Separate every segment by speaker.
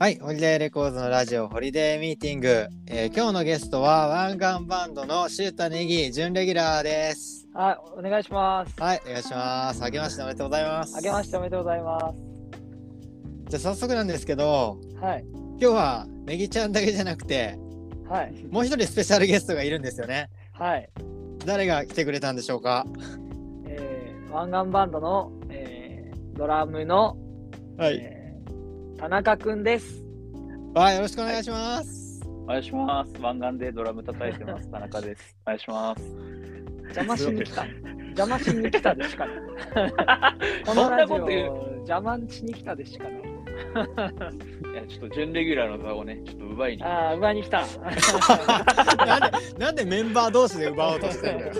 Speaker 1: はい、ホリデーレコーズのラジオホリデーミーティング、えー今日のゲストは湾岸バンドのシュータネギ準レギュラーです。
Speaker 2: はい、お願いします。
Speaker 1: はい、お願いします。あげましておめでとうございます。
Speaker 2: あけましておめでとうございま
Speaker 1: じゃあ早速なんですけど、
Speaker 2: す。はい、
Speaker 1: 今日はネギちゃんだけじゃなくて、
Speaker 2: はい、
Speaker 1: もう一人スペシャルゲストがいるんですよね。
Speaker 2: はい。
Speaker 1: 誰が来てくれたんでしょうか。
Speaker 2: えー、湾岸バンドの、えー、ドラムの、
Speaker 1: は。
Speaker 2: えー田中くんです。
Speaker 1: はい、よろしくお願いします。
Speaker 3: お願いします。湾岸でドラム叩いてます。田中です。お願いします。
Speaker 2: 邪魔しに来た。邪魔しに来たでしかない。こ
Speaker 3: そ
Speaker 2: の
Speaker 3: ん
Speaker 2: ラ
Speaker 3: な
Speaker 2: ジ
Speaker 3: こと言う。
Speaker 2: オ邪魔しに来たでしかない。
Speaker 3: いや、ちょっと準レギュラーの座をね、ちょっと奪いに。
Speaker 2: ああ、上に来た。
Speaker 1: なんで、なんでメンバー同士で奪おうとしてるんだよ。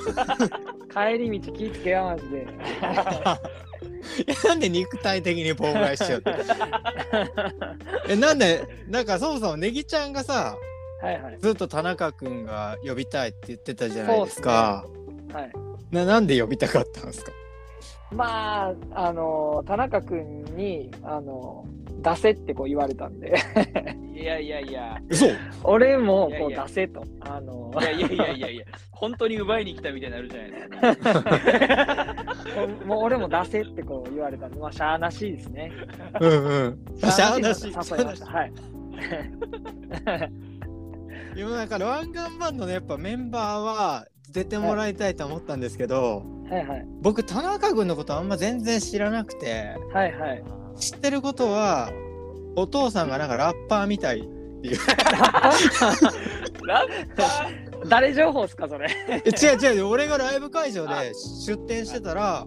Speaker 2: 帰り道気ぃつけやマジで。
Speaker 1: えなんで肉体的に妨害しちゃうのえなんでなんかそもそもネギちゃんがさ
Speaker 2: はいはい。
Speaker 1: ずっと田中君が呼びたいって言ってたじゃないですか
Speaker 2: はい。
Speaker 1: ななんで呼びたかったんですか
Speaker 2: まあ、あの、田中くんに、あの、出せってこう言われたんで。
Speaker 3: いやいやいや。
Speaker 1: 嘘
Speaker 2: 俺もこ
Speaker 3: いうやいや
Speaker 2: 出せと。あの
Speaker 3: いやいやいやいやいや。本当に奪いに来たみたいになるじゃないですか。
Speaker 2: もう俺も出せってこう言われたんで、まあ、しゃあなしいですね。
Speaker 1: うんうんしゃあなし
Speaker 2: しゃあなし誘いました。はい。
Speaker 1: でもなんかワンガンバンドのやっぱメンバーは出てもらいたいと思ったんですけど、
Speaker 2: はいはい。
Speaker 1: 僕田中君のことあんま全然知らなくて
Speaker 2: はいはい。
Speaker 1: 知ってることはお父さんがなんかラッパーみたい
Speaker 3: ラッパ ー
Speaker 2: 誰情報っすか、それ。
Speaker 1: え違う違う俺がライブ会場で出店してたら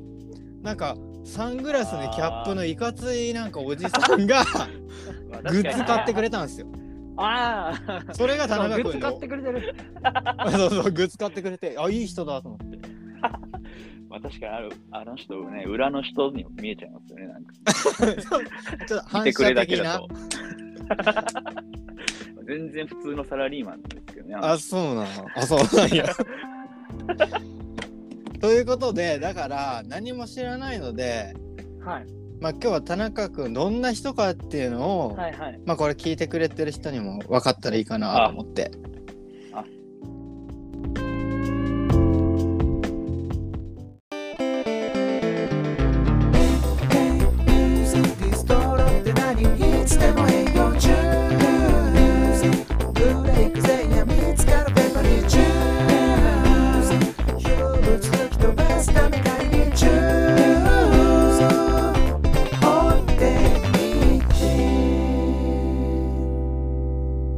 Speaker 1: なんかサングラスにキャップのいかついなんかおじさん が
Speaker 3: まあ
Speaker 1: グッズ買ってく
Speaker 3: れ。
Speaker 1: れたんですよ。
Speaker 2: ああ。
Speaker 1: それが田
Speaker 2: グ
Speaker 1: 中
Speaker 2: ッズ
Speaker 1: 君
Speaker 2: 買っ
Speaker 1: の
Speaker 2: てくれてる。
Speaker 1: そうそうグッズ買ってくれてあいい人だと思って
Speaker 3: まあ、確かにある、あの人ね、裏の人にも見えちゃいますよね。なんか。
Speaker 1: ちょっと
Speaker 3: 見
Speaker 1: 反
Speaker 3: てくれ
Speaker 1: 射
Speaker 3: だけ
Speaker 1: 的な
Speaker 3: だと。全然普通のサラリーマンなんですけどね。
Speaker 1: あそうなのあそうなん や。ということでだから何も知らないので、
Speaker 2: はい。
Speaker 1: まあ、今日は田中君どんな人かっていうのを、
Speaker 2: はいはい。
Speaker 1: まあこれ聞いてくれてる人にも分かったらいいかなと思って。
Speaker 4: ミュージックディストロって何いつでも営業中ブレイク前夜見つかるペーパーにチュー植物突き飛ばすため買いにチューホリデーミーティング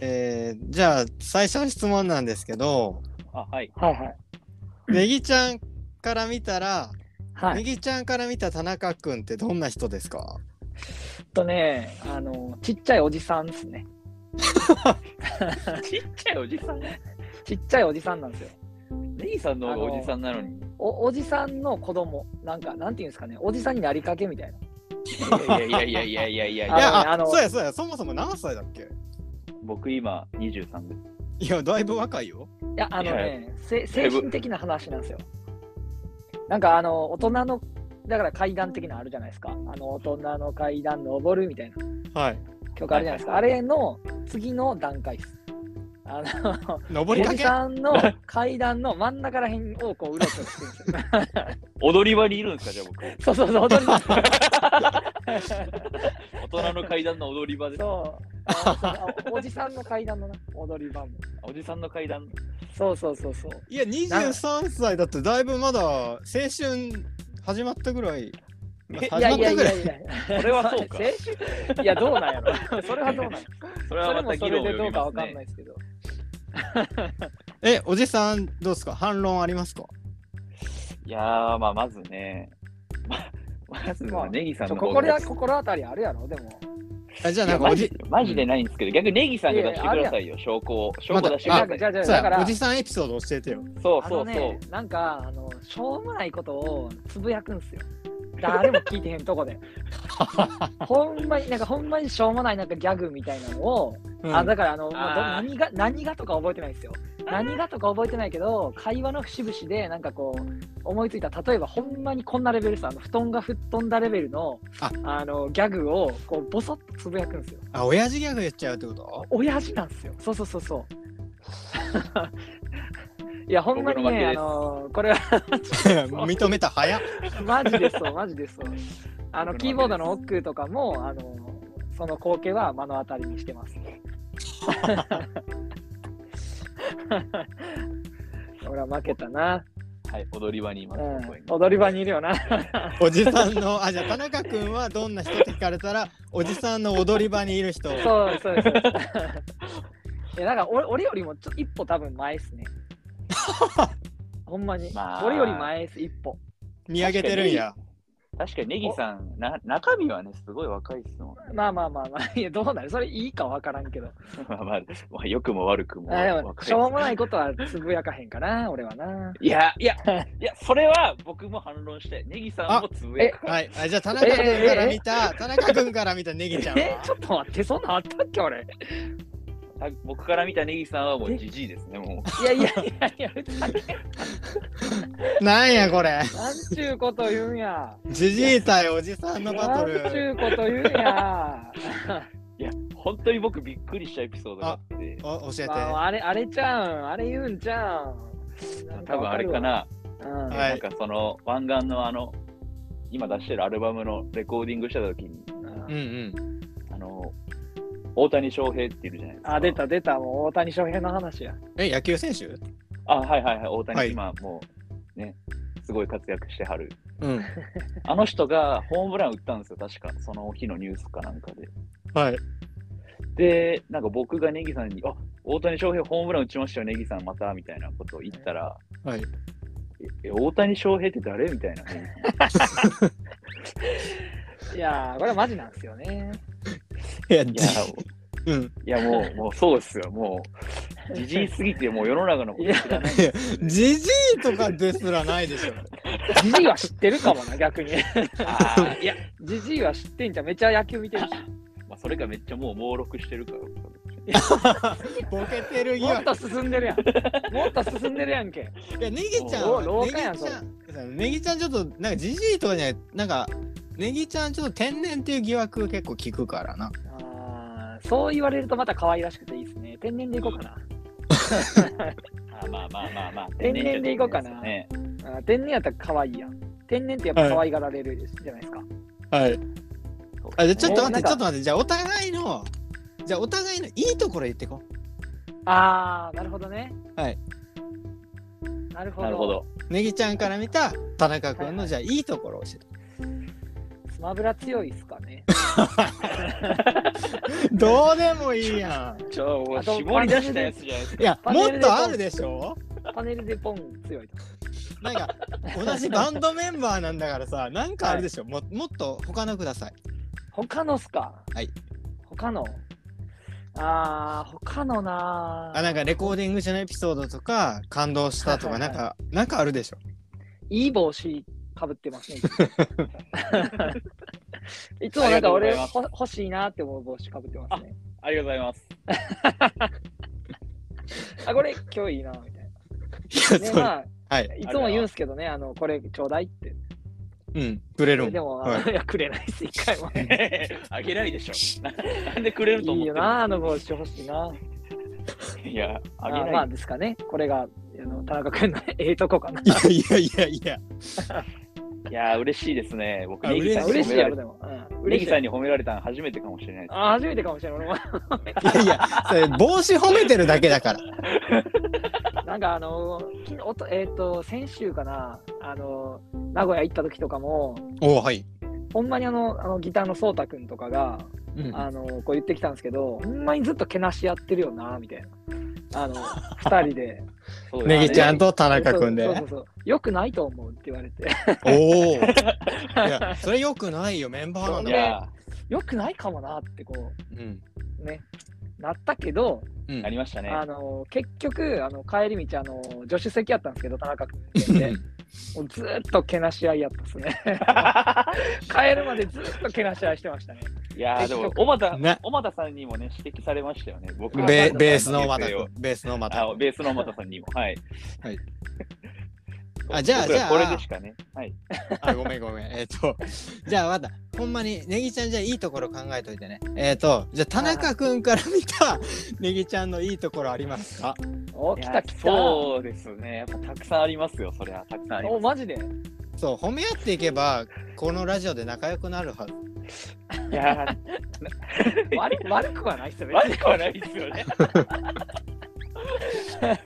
Speaker 1: えーじゃあ最初の質問なんですけど
Speaker 3: あはい。
Speaker 2: はいはい。
Speaker 1: ネギちゃんから見たら、
Speaker 2: は
Speaker 1: ネ
Speaker 2: い。
Speaker 1: ギちゃんから見た田中君ってどんな人ですか
Speaker 2: えっとね、あの、ちっちゃいおじさんですね。
Speaker 3: ちっちゃいおじさん。ネ
Speaker 2: ちっちゃいおじさんなんですよ。
Speaker 3: ギさんの方がおじさんなのに。
Speaker 2: おおじさんの子供、なんか、なんていうんですかね、おじさんになりかけみたいな。
Speaker 3: いやいやいやいやいや
Speaker 1: い
Speaker 2: あ
Speaker 3: い
Speaker 2: の
Speaker 3: や
Speaker 2: ね。
Speaker 1: やあ
Speaker 2: の
Speaker 1: そうやそうやそもそも何歳だっけ
Speaker 3: 僕今23です。
Speaker 1: いやだいぶ若いよ。
Speaker 2: いや、あの
Speaker 3: い
Speaker 2: ね、せ精神的な話なんですよ。なんか、あの、大人の、だから階段的なのあるじゃないですか。あの、大人の階段登るみたいな
Speaker 1: はい。
Speaker 2: 曲あるじゃないですか。あれの次の段階です。あの、お
Speaker 1: 登りか
Speaker 2: じ
Speaker 1: け
Speaker 2: さんの階段の真ん中らへんをこう、うろちょろしてるん ですよ。
Speaker 3: 踊り場にいるんですかじゃあ僕。
Speaker 2: そうそうそう、踊ります。
Speaker 3: 大人の階段の踊り場です。
Speaker 2: そうあの。おじさんの階段のな踊り場も。
Speaker 3: おじさんの階段。
Speaker 2: そうそうそうそう。
Speaker 1: いや23歳だってだいぶまだ青春始まったぐらい。まあ
Speaker 2: い
Speaker 1: 始
Speaker 2: や
Speaker 1: まっ
Speaker 2: いや
Speaker 1: た
Speaker 2: い
Speaker 1: ぐら
Speaker 2: や
Speaker 1: い。
Speaker 2: いや。
Speaker 3: それ はそうか。
Speaker 2: 青春いや、どうなんやろ。それはどうなんやろ
Speaker 3: それ
Speaker 2: そ
Speaker 3: は
Speaker 2: れ
Speaker 3: ま
Speaker 2: も
Speaker 3: た
Speaker 2: そ
Speaker 3: 議
Speaker 2: れ
Speaker 3: 論を
Speaker 2: で
Speaker 3: 呼
Speaker 2: ど
Speaker 3: び
Speaker 2: うか
Speaker 3: ま
Speaker 2: わ
Speaker 3: す
Speaker 2: かんな
Speaker 3: ね
Speaker 2: い。ですけど。
Speaker 1: えおじさんどうですか反論ありますか
Speaker 3: いやー、まあまずね。ままず
Speaker 2: まあ
Speaker 3: ネギさん
Speaker 2: ちょ
Speaker 3: の
Speaker 2: 心
Speaker 3: が
Speaker 2: や心当たりあるやろ、でも。
Speaker 1: あじゃあ
Speaker 3: い
Speaker 1: な
Speaker 3: や
Speaker 1: んかお
Speaker 3: マ
Speaker 1: じ
Speaker 3: ジマジでないんですけど、逆にネギさんが出してくださいよ、証拠を。証拠出してく
Speaker 1: ま
Speaker 2: なん
Speaker 3: ださい
Speaker 2: かじゃあじゃあ
Speaker 1: さ
Speaker 2: だか
Speaker 1: あ
Speaker 2: ら、
Speaker 1: おじさんエピソード教えてよ。
Speaker 3: そう
Speaker 2: あ
Speaker 3: そ
Speaker 2: の
Speaker 3: うそう
Speaker 2: ね。、なんかあの、しょうもないことをつぶやくんすよ。誰も聞いてへんとこで。ほんまに、なんかほんまにしょうもないなんかギャグみたいなのを、
Speaker 1: うん
Speaker 2: あだからあの、まあど
Speaker 3: あー
Speaker 2: 何が、何がとか覚えてないですよ。何がとか覚えてないけど、会話の節々で、なんかこう、思いついた、例えばほんまにこんなレベルですあの布団が吹っ飛んだレベルの
Speaker 1: あ
Speaker 2: あのギャグを、こう、ぼそっとつぶやくんですよ。
Speaker 1: あ、親父ギャグ言っちゃうってこと
Speaker 2: 親父なんですよ。そうそうそう そう。いや、ほんまに
Speaker 3: 僕の負け
Speaker 2: ね、あ
Speaker 3: です
Speaker 2: のこれは
Speaker 1: 認めた、早っ。
Speaker 2: マジでそう、マジでそう。あの、
Speaker 3: 僕の負けです
Speaker 2: キーボードのオックとかも、あのその光景は目の当たりにして ます。俺は負けたな。
Speaker 3: はい、踊り場にいま
Speaker 2: う
Speaker 3: す。
Speaker 2: ん
Speaker 3: ここに、
Speaker 2: 踊り場にいるよな。
Speaker 1: おじさんの、あ、じゃあ田中君はどんな人って聞かれたら、おじさんの踊り場にいる人。
Speaker 2: そうそうそうです。いや、なんか俺俺よりもちょ一歩多分前っす ね。ほんまに。
Speaker 3: まあ
Speaker 2: 俺より前っす、一歩。
Speaker 1: 見上げてるんや。
Speaker 3: 確かにネギさん、な中身はね、すごい若いですもん。
Speaker 2: まあまあまあまあ、いや、どうなるそれいいかわからんけど。
Speaker 3: まあまあ、まあ、良くも悪くも
Speaker 2: あでも
Speaker 3: 若い
Speaker 2: しょうもないことはつぶやかへんかな、俺はな。
Speaker 3: いや、 いや、いや、それは僕も反論して、ネギさんもつぶやく。
Speaker 1: はい、あじゃあ田中君から見た、田中君から見たネギちゃん
Speaker 2: え、
Speaker 1: は
Speaker 2: ちょっと待って、そんなんあったっけ、俺。
Speaker 3: た僕から見たネギさんはもうじじいですね、も
Speaker 2: いやいやいやいや、ふざけ
Speaker 1: なんやこれ。
Speaker 2: なんちゅうこと言うんや。
Speaker 1: じじい対おじさんのバ
Speaker 2: な
Speaker 1: ト
Speaker 2: んちゅ
Speaker 1: ル。
Speaker 2: うこと言うんや。
Speaker 3: う。いや、本当に僕びっくりしたエピソードがあって、
Speaker 1: お教えて。
Speaker 2: まあ、あれ、あれちゃうん、あれ言うんちゃうん。なん
Speaker 3: 多分あれかな、
Speaker 2: わかるわ。うん
Speaker 1: はい
Speaker 3: なんかその湾岸のあの、今出してるアルバムのレコーディングしてた時に、
Speaker 1: うんうん。
Speaker 3: あの、大谷翔平っているじゃないですか。
Speaker 2: あ、出。た出た、もう大谷翔平の話や。
Speaker 1: え、野球選手？
Speaker 3: あ、はいはいはい、大
Speaker 1: は
Speaker 3: 谷
Speaker 1: い
Speaker 3: 今もうね、すごい活躍してはる。
Speaker 1: うん。
Speaker 3: あの人がホームラン打ったんですよ、確か。その日のニュースかなんかで。
Speaker 1: はい。
Speaker 3: で、なんか僕がネギさんに、あ大谷翔平ホームラン打ちましたよ、ネギさんまた、みたいなことを言ったら、
Speaker 1: はい。
Speaker 3: え、大谷翔平って誰みたいな。
Speaker 2: いやー、これはマジなんですよね。
Speaker 1: いや、
Speaker 3: い
Speaker 1: じ
Speaker 3: や、
Speaker 1: うん。
Speaker 3: いやもう、もうそうですよ、もう、じじいすぎて、もう世の中のこと知らない。
Speaker 1: いやじじいとかですらないでしょ。
Speaker 2: ジジイは知ってるかもな、逆に。
Speaker 3: あーいや、
Speaker 2: ジジイは知ってんじゃん、めっちゃ野球見てるし。
Speaker 3: まあ、それがめっちゃもう、猛録してるから。
Speaker 1: ボケてる疑
Speaker 2: もっ
Speaker 1: 惑。
Speaker 2: と進んでるやん。もっと進んでるやんけ。
Speaker 1: いや、ネギちゃん
Speaker 2: お
Speaker 1: は、
Speaker 2: う老
Speaker 1: ネ
Speaker 2: 化やん
Speaker 1: ギちゃん、ネギちゃんちょっと、なんかじじいとかじゃない、なんか、ネギちゃんちょっと天然っていう疑惑結構聞くからな。
Speaker 2: あーそう言われるとまた可愛らしくていいですね。天然でいこうかな。
Speaker 3: あーまあまあまあまあ。
Speaker 2: 天然でいこうかな
Speaker 3: ね、
Speaker 2: あー天然やったら可愛いやん。天然ってやっぱ可愛がられるじゃないですか。
Speaker 1: はい。あ、じゃあちょっと待っ
Speaker 2: えなん
Speaker 1: て、
Speaker 2: か
Speaker 1: ちょっと待って、じゃあお互いの、じゃあお互いのいいところ言ってこ
Speaker 2: ああ、なるほどね。
Speaker 1: はい。
Speaker 2: なるほど。
Speaker 3: なるほど。
Speaker 1: う。ネギちゃんから見た田中君
Speaker 2: はいは
Speaker 1: の、
Speaker 2: い
Speaker 1: じゃあいいところを教えて。
Speaker 2: スマブラ強いっすかね。
Speaker 1: どうでもいいや
Speaker 3: ちょ、も
Speaker 2: う
Speaker 3: う
Speaker 2: 絞
Speaker 3: 絞
Speaker 2: り
Speaker 3: り
Speaker 2: 出し
Speaker 3: 出したた
Speaker 2: や
Speaker 3: や
Speaker 2: つ
Speaker 3: つじゃないです
Speaker 1: ん。いや、
Speaker 2: パネ
Speaker 1: も
Speaker 2: ル
Speaker 1: っ
Speaker 2: で
Speaker 1: とあるでしょ
Speaker 2: パネルでポン強いと。
Speaker 1: なんか、同じバンドメンバーなんだからさ、なんかあるでしょ、ももっと他のください。
Speaker 2: 他のっすか
Speaker 1: はい。
Speaker 2: 他のああ、他のなー
Speaker 1: あ、なんかレコーディング時のエピソードとか、感動したとか、
Speaker 2: はい
Speaker 1: な
Speaker 2: は
Speaker 1: いん
Speaker 2: はい
Speaker 1: か、なんかあるでしょ
Speaker 2: いい帽子かぶってます ね。いつもなんか
Speaker 3: あ
Speaker 2: 俺
Speaker 3: りが
Speaker 2: ほ
Speaker 3: と
Speaker 2: 欲しいなって思う帽子かぶってますね。
Speaker 3: ありがとうございます。
Speaker 2: あこれ今日いいなみた
Speaker 1: い
Speaker 2: い
Speaker 1: や、
Speaker 2: な。で
Speaker 1: そう。
Speaker 2: まあ
Speaker 1: はい。
Speaker 2: いつも言うんすけどね、あのこれちょうだいって。
Speaker 1: うん、くれる
Speaker 2: で
Speaker 1: ん。
Speaker 2: も、、
Speaker 1: はい
Speaker 2: やくれないです、一回も。
Speaker 3: あげないでしょ。ななんでくれる
Speaker 2: い
Speaker 3: と思
Speaker 2: い
Speaker 3: って
Speaker 2: よ
Speaker 3: る
Speaker 2: な、あの帽子欲しいな。
Speaker 3: いや、あ
Speaker 2: あ
Speaker 3: げない。
Speaker 2: まあですかね、これがあの田中君のええとこかな。
Speaker 1: いやいやいやいや。
Speaker 3: いや、嬉しいですね。僕、
Speaker 1: あ
Speaker 3: ネギさんに
Speaker 2: 嬉し
Speaker 3: 褒
Speaker 2: い
Speaker 3: め
Speaker 2: や
Speaker 3: ら
Speaker 2: ろ、
Speaker 3: れ
Speaker 2: でも。うん、
Speaker 3: ネ
Speaker 2: 嬉
Speaker 3: ギ
Speaker 2: しい
Speaker 3: さんに褒められたの初めてかもしれないです。
Speaker 2: あ初めてかもしれない。俺も
Speaker 1: いやいや、それ帽子褒めてるだけだから。
Speaker 2: なんかあの、昨日おとえっ、と、先週かな、あの、名古屋行った時とかも、
Speaker 1: おお、はい。
Speaker 2: ほんまにあのあのギターの颯太くんとかが、
Speaker 1: うん
Speaker 2: あのこう言ってきたんですけど、ほんまにずっとけなし合ってるよな、みたいな。あの、二人で。
Speaker 3: そうだね
Speaker 1: ネギちゃんと田中君で
Speaker 2: そう。そうそう。よくないと思うって言われて。
Speaker 1: おお。いや、それよくないよ、メンバーなん
Speaker 3: い
Speaker 1: だから。
Speaker 3: や、
Speaker 2: よくないかもなってこ
Speaker 1: うん。
Speaker 2: う、ね、なったけど、
Speaker 1: うん
Speaker 3: ありましたね。
Speaker 2: あの結局、あの帰り道、あの助手席やったんですけど、田中君って。もうずーっとけなし合いやったっすね。 帰るまでずーっとけなし合いしてましたね。
Speaker 3: いやーでも、小俣
Speaker 1: ね、
Speaker 3: 小俣さんにもね、指摘されましたよね。僕は
Speaker 1: ベ
Speaker 3: 小俣さん
Speaker 1: ベースのまた
Speaker 3: 訂正を
Speaker 1: ベースのまた
Speaker 3: あ、ベースの小俣さんにも。はい。
Speaker 1: はい。あじゃあ
Speaker 3: 僕ら
Speaker 1: じゃあ
Speaker 3: これでしかね。はい。
Speaker 1: あごめんごめんえっ、とじゃあまたほんまにネギちゃんじゃあいいところ考えといてねえっ、とじゃあ田中くんから見たネギちゃんのいいところありますか
Speaker 2: お、
Speaker 3: い
Speaker 2: 来
Speaker 3: や
Speaker 2: た来た。お、
Speaker 3: そうですね。やっぱたくさんありますよ、それは。たくさんありま
Speaker 2: マジで
Speaker 1: そう褒め合っていけばこのラジオで仲良くなるはず
Speaker 3: す。いやー、
Speaker 2: 悪く悪くはないっすよ、別に
Speaker 3: 悪くはないですよね。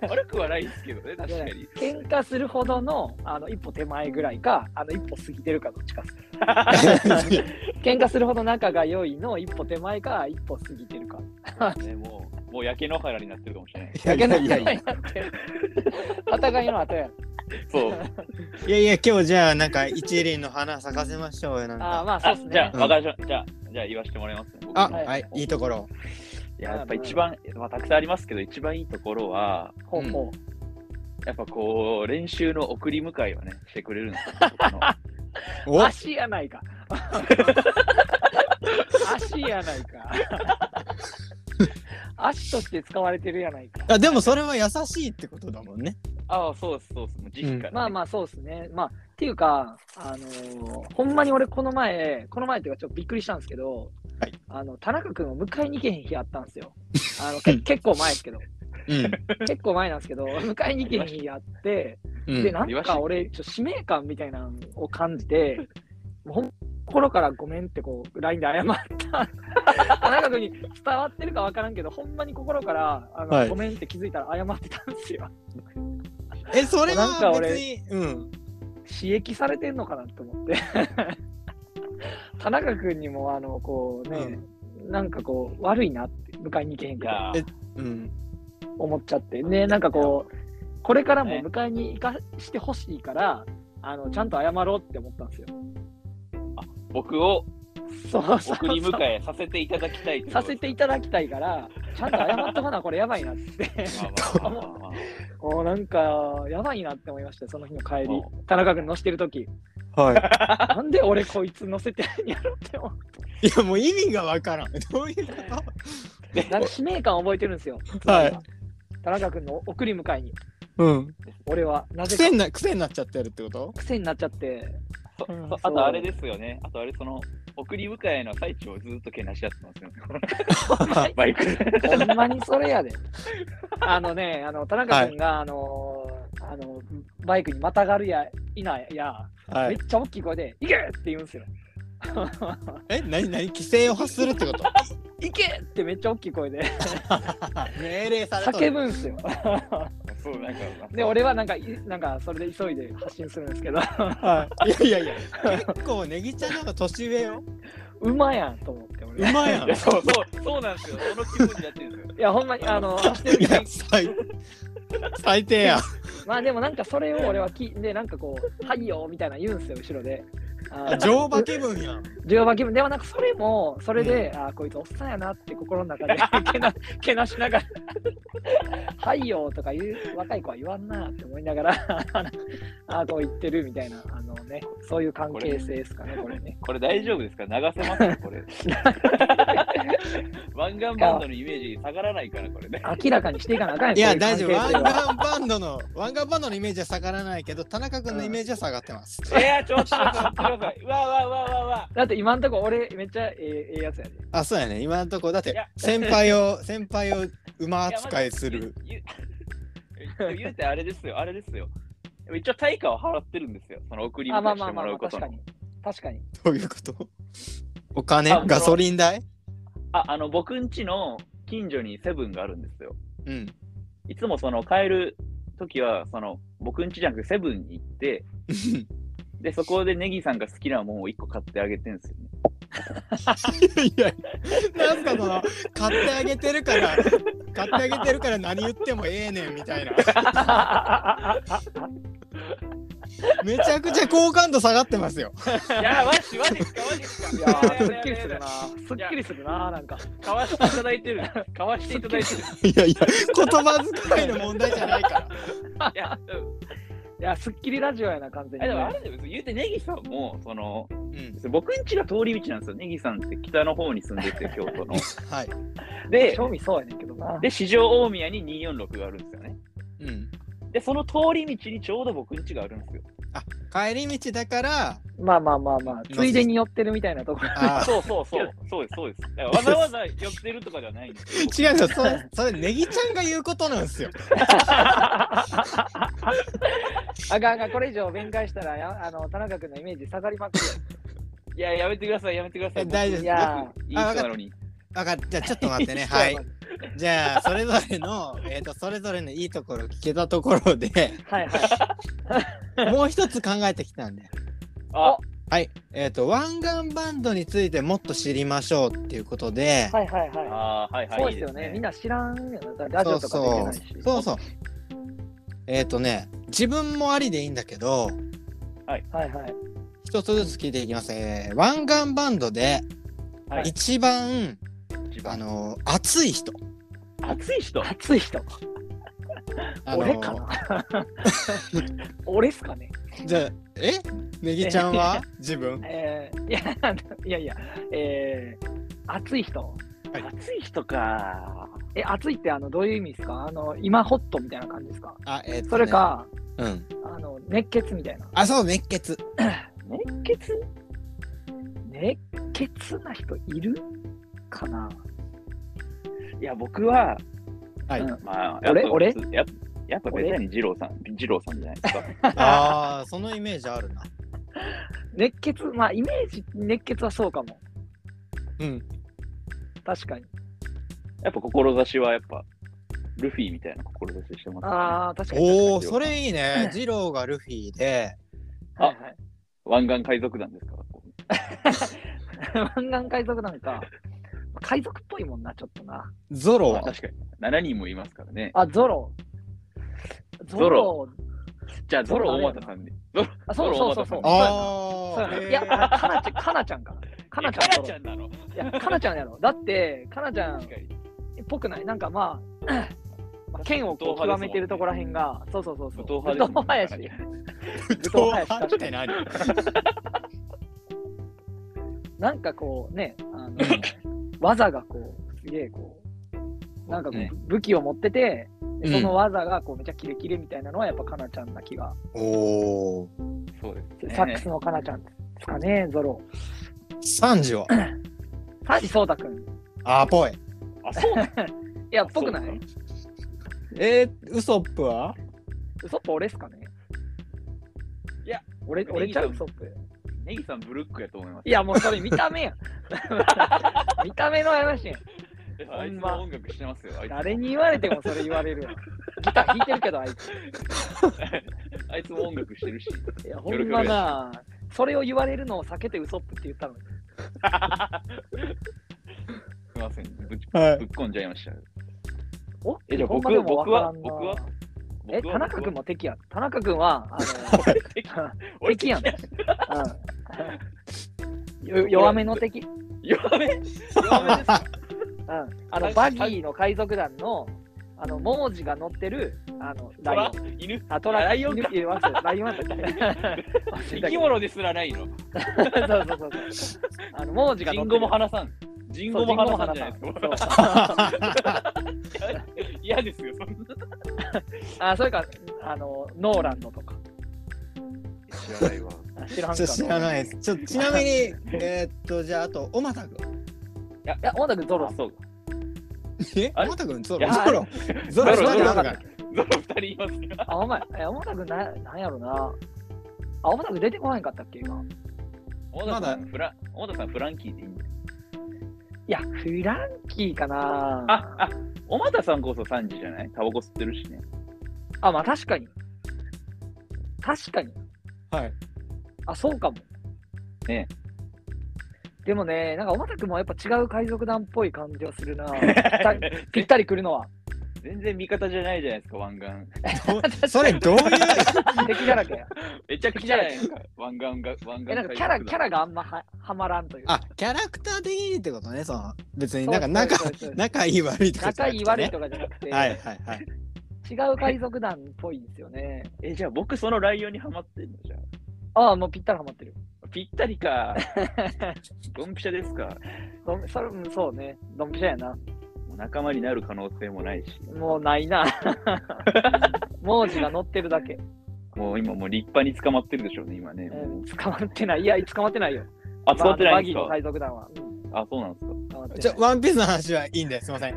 Speaker 3: 悪くはないですけどね、確かに。
Speaker 2: 喧嘩するほどのあの一歩手前ぐらいか、あの一歩過ぎてるかどっちかっす。 喧嘩するほど仲が良いの一歩手前か、一歩過ぎてるか。
Speaker 3: ね、もう、もう焼け野原になってるかもしれない。
Speaker 2: だけの
Speaker 1: いやいやいや
Speaker 2: お互いの 後や。
Speaker 3: そう。
Speaker 1: いやいや今日じゃあなんか一輪の花咲かせましょうよなん
Speaker 2: あー、
Speaker 1: か
Speaker 2: まあそう
Speaker 3: あ、
Speaker 2: っすね。
Speaker 3: じゃあ、
Speaker 1: うん
Speaker 3: わかりました。じゃあ、じゃあ言わせてもらいますね。僕
Speaker 1: あ
Speaker 3: い
Speaker 1: はいいいところ
Speaker 3: や、やっぱ一番、まあ、たくさんありますけど、一番いいところは、
Speaker 2: ほうほう。
Speaker 3: やっぱこう、練習の送り迎えをね、してくれるんですよ。
Speaker 1: お
Speaker 2: 足やな いか。足やないか。足として使われてるやないか。
Speaker 1: あでもそれは優しいってことだもんね
Speaker 3: ああ、そうです、そうです。もう直から、ね
Speaker 2: まあまあそうですね。まあっていうか、あのーほんまに俺この前、この前っていうかちょっとびっくりしたんですけど、
Speaker 1: はい
Speaker 2: あの田中君を迎えに行けへん日あったんですよ。あ のけ結構前ですけど、
Speaker 1: うん
Speaker 2: 結構前なんですけど、迎えに行けへん日あって、
Speaker 1: うん
Speaker 2: で、なんか俺、ちょっと使命感みたいなのを感じて、もうほん心からごめんってこう、LINE で謝った。 田中君に伝わってるか分からんけど、ほんまに心からあの、
Speaker 1: はい
Speaker 2: ごめんって気づいたら謝ってたんですよ。
Speaker 1: えそれ
Speaker 2: なんか
Speaker 1: は
Speaker 2: 俺
Speaker 1: 別にうん
Speaker 2: 刺激されてんのかなと思って。 田中君にも、あの、こうね、なんかこう、悪いなって、迎えに行けへん
Speaker 3: い
Speaker 2: から
Speaker 3: や
Speaker 1: えうん
Speaker 2: 思っちゃって、ね、なんかこう、これからも迎えに行かしてほしいから、あのちゃんと謝ろうって思ったんですよ。
Speaker 3: 僕を
Speaker 2: そうそうそう
Speaker 3: 送り迎えさせていただきたい
Speaker 2: させていただきたいから、ちゃんと謝っとかな、これやばいなって。
Speaker 3: たまあまあまあまあまあ
Speaker 2: もうなんか、やばいなって思いました、その日の帰り
Speaker 3: も。
Speaker 2: 田中君乗してる時
Speaker 1: は
Speaker 2: なんで俺こいつ乗せてんやろって思う。
Speaker 1: いいやもう意味がわからん どういうこ
Speaker 2: なんか使命感覚えてるんですよ。
Speaker 1: とはい
Speaker 2: 田中君の送り迎えに。
Speaker 1: うん
Speaker 2: 俺は、なぜ
Speaker 1: 癖に
Speaker 2: か
Speaker 1: な癖になっちゃってるって こと
Speaker 2: 癖になっちゃって。
Speaker 3: そ
Speaker 1: うん
Speaker 3: そあとあれですよね。あとあれ、その、送り迎えの最中をずっとけなし合ってますよね。バイ クで。
Speaker 2: ほんまにそれ やで。あのね、あの田中君が、あのーあのバイクにまたがるやいないや、
Speaker 1: は
Speaker 2: めっ
Speaker 1: い
Speaker 2: ちゃ大きい声で、行けって言うんですよ。
Speaker 1: え何何規制を発するってこと
Speaker 2: 行けってめっちゃ大きい声で
Speaker 1: 命令されと
Speaker 2: 叫
Speaker 1: る
Speaker 2: ぶんですよ。
Speaker 3: そう、なんか。
Speaker 2: で、俺はなんか、いなんかそれで急いで発信するんですけど、
Speaker 1: はいいやいやいや結構ネギちゃんの方が年上よ
Speaker 2: 馬やんと思って、
Speaker 1: う
Speaker 2: 俺。い
Speaker 1: まやん
Speaker 3: いやそうそう、そうなんですよ。その気分になってるんですよ。
Speaker 2: や、ほんまに、あの、走ってる
Speaker 1: い
Speaker 2: 時
Speaker 1: や
Speaker 2: に
Speaker 1: 最最低や
Speaker 2: まあでもなんかそれを俺はき、で、なんかこう、はいよみたいな言うんですよ、後ろで。あ
Speaker 1: あ
Speaker 2: の
Speaker 1: 乗馬気分やん
Speaker 2: 乗馬気分でもなんかそれもそれで、あーこいつおっさんやなって心の中で けなけなしながら 「はいよ」とか言う若い子は言わんなって思いながら あーこう言ってるみたいなあのねそういう関係性ですかねこれね
Speaker 3: これ大丈夫ですか流せますかこ れ。湾岸バンドのイメージ下がらないから、これね。
Speaker 2: 明らかにしていかなあかん
Speaker 1: いや
Speaker 2: こう
Speaker 1: 大
Speaker 2: う
Speaker 1: 丈夫
Speaker 2: 関
Speaker 1: 湾
Speaker 2: 係性は
Speaker 1: 岸バンドの湾岸バンドのイメージは下がらないけど田中君のイメージは下がってます
Speaker 3: いや、ちょっと待ってください。うわうわうわうわうわ。
Speaker 2: だって今んとこ俺めっちゃええええやつやで
Speaker 1: あそうやね今のとこだっ
Speaker 3: い
Speaker 1: て
Speaker 3: や
Speaker 1: 先輩を先輩を馬扱いする
Speaker 3: いや。まだ言う言うてあれですよ、あれですよ。一応対価を払ってるんですよ。その送り
Speaker 2: あまあ
Speaker 3: 迎えし
Speaker 2: まあ
Speaker 3: て
Speaker 2: ま
Speaker 3: も
Speaker 2: あま
Speaker 3: らう
Speaker 2: あ
Speaker 3: こ
Speaker 2: 確
Speaker 3: と
Speaker 2: か
Speaker 3: の。
Speaker 2: に確かに
Speaker 1: どういうことお
Speaker 3: あそ
Speaker 1: 金
Speaker 3: の
Speaker 1: ガソリン代
Speaker 3: あ、あの、僕んちの近所にセブンがあるんですよ。
Speaker 1: うん
Speaker 3: いつもその帰るときは、その、僕んちじゃなくてセブンに行って、で、そこでネギさんが好きなもんを1個買ってあげてんですよね。
Speaker 1: いやなんかその買ってあげてるから買ってあげてるから何言ってもええねんみたいなめちゃくちゃ好感度下がってますよ
Speaker 3: いや、マジ、マジっすか、マジっすか。
Speaker 2: いやーすっきりするな
Speaker 3: す
Speaker 2: すっきりするななんか
Speaker 3: かわしていただいてる。かわしていただいてる。
Speaker 1: いやいや言葉遣いの問題じゃないから
Speaker 3: いや、うん
Speaker 2: いや、スッキリラジオやな、完全
Speaker 3: え
Speaker 2: に。
Speaker 3: でもあれで別に言うてネギさんもその
Speaker 1: うん。
Speaker 3: 僕ん家が通り道なんですよネギさんって北の方に住んでて京 都の
Speaker 1: はい。
Speaker 3: で
Speaker 2: 興味そうやねんけどな。
Speaker 3: で市場大宮に246があるんですよね
Speaker 1: うん。
Speaker 3: でその通り道にちょうど僕ん家があるんですよ
Speaker 1: 帰り道だ から、
Speaker 2: まあまあまあまあ、
Speaker 1: 今
Speaker 2: ついでに寄ってるみたいなところ。
Speaker 1: あ
Speaker 3: そうそうそうそうですそうですだからわざわざ寄ってるとかではないんです
Speaker 1: ー
Speaker 3: よ
Speaker 1: 違うんですよ。それ、それ、ネギちゃんが言うことなんですよ。
Speaker 2: あがあが、これ以上弁解したら、や あの田中君のイメージ下がりまく
Speaker 3: いややめてくださいやめてください
Speaker 1: 大丈夫
Speaker 2: る。いや
Speaker 3: 僕いい人なのに
Speaker 1: わかった。じゃあ、ちょっと
Speaker 2: ー、
Speaker 1: 待ってね。 はい
Speaker 2: は。
Speaker 1: じゃあ、それぞれの、えっ、と、それぞれのいいところ聞けたところ で、
Speaker 2: いはい。
Speaker 1: もう一つ考えてきたんで。
Speaker 3: あ
Speaker 1: はい。えっ、と、湾岸バンドについてもっと知りましょうっていうことで、
Speaker 2: はいはいは
Speaker 3: あーはい
Speaker 2: い。
Speaker 3: はい
Speaker 2: そうですよね。みんな知らんよな。ラジオとか出てないし。
Speaker 1: そうそう。えっ、とね、自分もありでいいんだけど、
Speaker 2: はいはい。
Speaker 1: 一つずつ聞いていきます。えー、湾岸バンドで
Speaker 3: は、い
Speaker 1: 一番、
Speaker 3: 一
Speaker 1: あ
Speaker 3: 番
Speaker 1: のー熱い人。
Speaker 3: 熱い人
Speaker 2: 熱い人。
Speaker 1: あのー
Speaker 2: 俺かな俺っすかね
Speaker 1: じゃあ、えネギちゃんは自分。
Speaker 2: えー、いや、いやいや、えー、熱い人。
Speaker 3: 熱い人か
Speaker 2: え、熱いってあのどういう意味ですかあの、今ホットみたいな感じですか
Speaker 1: あ、えっ、と、ね。
Speaker 2: それ。か、
Speaker 1: うん。
Speaker 2: あの、熱血みたいな。
Speaker 1: あ、そう、熱血。
Speaker 3: 熱血
Speaker 2: 熱血な人いるかない
Speaker 3: や僕は
Speaker 1: はい。
Speaker 2: うん
Speaker 3: まあ、
Speaker 2: 俺
Speaker 3: やっぱ
Speaker 2: 俺
Speaker 3: やっぱやっぱ別に二郎さん、二郎さんじゃないですか。
Speaker 1: ああ、そのイメージあるな。
Speaker 2: 熱血、まあ、イメージ、熱血はそうかも。
Speaker 1: うん。
Speaker 2: 確かに。
Speaker 3: やっぱ志はやっぱ、ルフィみたいな志してます、ね。
Speaker 2: ああ、確かに。
Speaker 1: おお、それいいね。ジローがルフィで、
Speaker 3: あ
Speaker 2: はいはい。
Speaker 3: 湾岸海賊団ですか
Speaker 2: 湾岸海賊なんか、海賊っぽいもんな、ちょっとな。
Speaker 1: ゾロ
Speaker 3: まあ
Speaker 1: は。
Speaker 3: 確かに。7人もいますからね。
Speaker 2: あ、ゾロ。ゾ
Speaker 3: ロ
Speaker 2: ロ。
Speaker 3: じゃあ、ゾロ大俣さんで。ゾロ、
Speaker 2: あ、そうそうそうそう。
Speaker 3: ゾロ
Speaker 1: あ
Speaker 2: そ
Speaker 1: あ
Speaker 2: うやな。
Speaker 1: へー
Speaker 2: いや、あかなちゃん、かなちゃんか
Speaker 3: カ
Speaker 2: な。かな
Speaker 3: ナ
Speaker 2: ちゃん
Speaker 3: ち
Speaker 2: ゾ
Speaker 3: ゃんなの
Speaker 2: ロ。いや、かなちゃんや ろ。だって、かなちゃんっ
Speaker 3: 確かに。
Speaker 2: ぽくないなんかまあ、まあ剣をこう
Speaker 3: 武闘
Speaker 2: 極
Speaker 3: 派ですもんね
Speaker 2: めてるとこらへんが、そうそうそうそ
Speaker 3: 武
Speaker 2: う。
Speaker 3: 闘派ですもんね。
Speaker 2: やし。
Speaker 1: 武闘派って何
Speaker 2: なんかこうね、あの、技がこう、すげえこう、なんかこう、
Speaker 3: ね
Speaker 2: 武器を持ってて、で
Speaker 1: うん
Speaker 2: その技がこうめちゃキレキレみたいなのはやっぱかなちゃんな気が、
Speaker 1: おお。
Speaker 3: そうですね。
Speaker 2: サックスのかなちゃんですかね、ゾロ。
Speaker 1: サンジ は。
Speaker 2: サジソータくん。い
Speaker 1: あー、ぽい。
Speaker 3: あ、そうなの
Speaker 2: や、っぽくない
Speaker 1: えー、ウソップは
Speaker 2: 嘘っぽ俺っすかね
Speaker 3: いや、
Speaker 2: 俺、俺ちゃう嘘っぽ。
Speaker 3: ネギさん、ブルックやと思います。
Speaker 2: いや、もうそれ見た目やん。 見た目の話やん。
Speaker 3: あいつも音楽してますよ。あいつも
Speaker 2: 誰に言われてもそれ言われるわ。ギター弾いてるけど、あいつ。
Speaker 3: あいつも音楽して るし。
Speaker 2: いや、ほんまな。それを言われるのを避けてウソップって言ったのに。
Speaker 3: すいません。ぶち
Speaker 1: は
Speaker 3: ぶっ。こんじゃいました。
Speaker 2: お
Speaker 3: えじゃあ
Speaker 2: ほんま
Speaker 3: 僕
Speaker 2: でもわからんな
Speaker 3: 僕は
Speaker 2: え、
Speaker 3: 僕は
Speaker 2: 田中君も敵やん。田中君は、 あの
Speaker 3: 俺
Speaker 2: 敵やん。うんよ弱めの敵。うん。
Speaker 3: 弱め弱 めです
Speaker 2: あの、バギーの海賊団の、あの、文字が乗ってる、あの、ライオン。
Speaker 3: 犬
Speaker 2: あ、トラ
Speaker 3: ライオンか
Speaker 2: 犬いや忘れたライオンやったっけ忘れたけ
Speaker 3: 生き
Speaker 2: ど
Speaker 3: 物ですらないの。
Speaker 2: そうそうそうそう。あの、文字が
Speaker 3: ジ
Speaker 2: 乗っ
Speaker 3: ン
Speaker 2: てる
Speaker 3: ゴも話さん。ジン
Speaker 2: そう
Speaker 3: ゴ
Speaker 2: ジ
Speaker 3: も
Speaker 2: ンゴも
Speaker 3: 話さん
Speaker 2: 話
Speaker 3: じ
Speaker 2: さ
Speaker 3: ゃない
Speaker 2: ん
Speaker 3: ですか。 嫌ですよ、そんな。
Speaker 2: そうあ、それか、あの、ノーランドとか。
Speaker 3: 知らないわ。
Speaker 2: あ知らん
Speaker 1: ち
Speaker 2: か
Speaker 1: ょ知ら
Speaker 2: い。
Speaker 1: ないです。ちょちなみに、えーっと、じゃあ、あと、おまたくん。
Speaker 2: いや、小田君、ゾロ
Speaker 3: あ、。そうか。
Speaker 1: え
Speaker 3: あ
Speaker 1: お
Speaker 3: れ
Speaker 1: またくんゾ
Speaker 3: い
Speaker 1: ロ
Speaker 3: や
Speaker 1: ゾロゾロゾロ
Speaker 3: ゾロゾロ
Speaker 1: ゾロが
Speaker 3: ゾロ二人いますね。
Speaker 2: あ、お前、え、小田君、な、なんやろな。あ、小田君出てこへんかったっけ、今。
Speaker 3: 小田さん、フラン、小田さん、フランキーでいいんだよ。
Speaker 2: いや、フランキーかな。
Speaker 3: あ、あ、小俣さんこそ三時じゃないタバコ吸ってるしね。
Speaker 2: あ、まあ、確かに。確かに。
Speaker 1: はい。
Speaker 2: あ、そうかも。
Speaker 3: ね
Speaker 2: でもね、なんか、小田君もやっぱ違う海賊団っぽい感じは するな。ぴったりぴったりくるのは。
Speaker 3: 全然味方じゃないじゃないですか、湾岸。
Speaker 1: どそれどういう
Speaker 2: 敵だらけや。
Speaker 3: めちゃくちゃじゃない ですか、湾岸が、湾岸
Speaker 2: え、なんかキ ャラ、キャラがあんまははまらんという。
Speaker 1: あキャラクター的にってことねその別に
Speaker 2: そう
Speaker 1: なんか仲
Speaker 2: そうそうそう
Speaker 1: 仲いい悪いとかじゃなくて、
Speaker 2: 仲
Speaker 1: ね、
Speaker 2: いい悪いとかじゃなくて、
Speaker 1: はいはいはい
Speaker 2: 違う海賊団っぽいんですよね。
Speaker 3: え、じゃあ僕そのライオンにハマってんのじゃ
Speaker 2: ああ、もうぴったりハマってる。
Speaker 3: あ。ぴったりか。 ドンピシャですか。
Speaker 2: どんそれうんそうね、ドンピシャやな。
Speaker 3: もう仲間になる可能性もないし。
Speaker 2: もうないな。文字が載ってるだけ。
Speaker 3: もう今もう立派に捕まってるでしょうね、今ね。もう
Speaker 2: うん捕まってない。いや、捕まってないよ。
Speaker 3: あ、捕まってないん
Speaker 2: バギ
Speaker 3: です
Speaker 2: ーの
Speaker 3: か
Speaker 2: 海賊団は。うん
Speaker 3: あ、そうなんですか。
Speaker 2: 捕まってない
Speaker 1: ちょ、ワンピースの話はいいんです。すいません。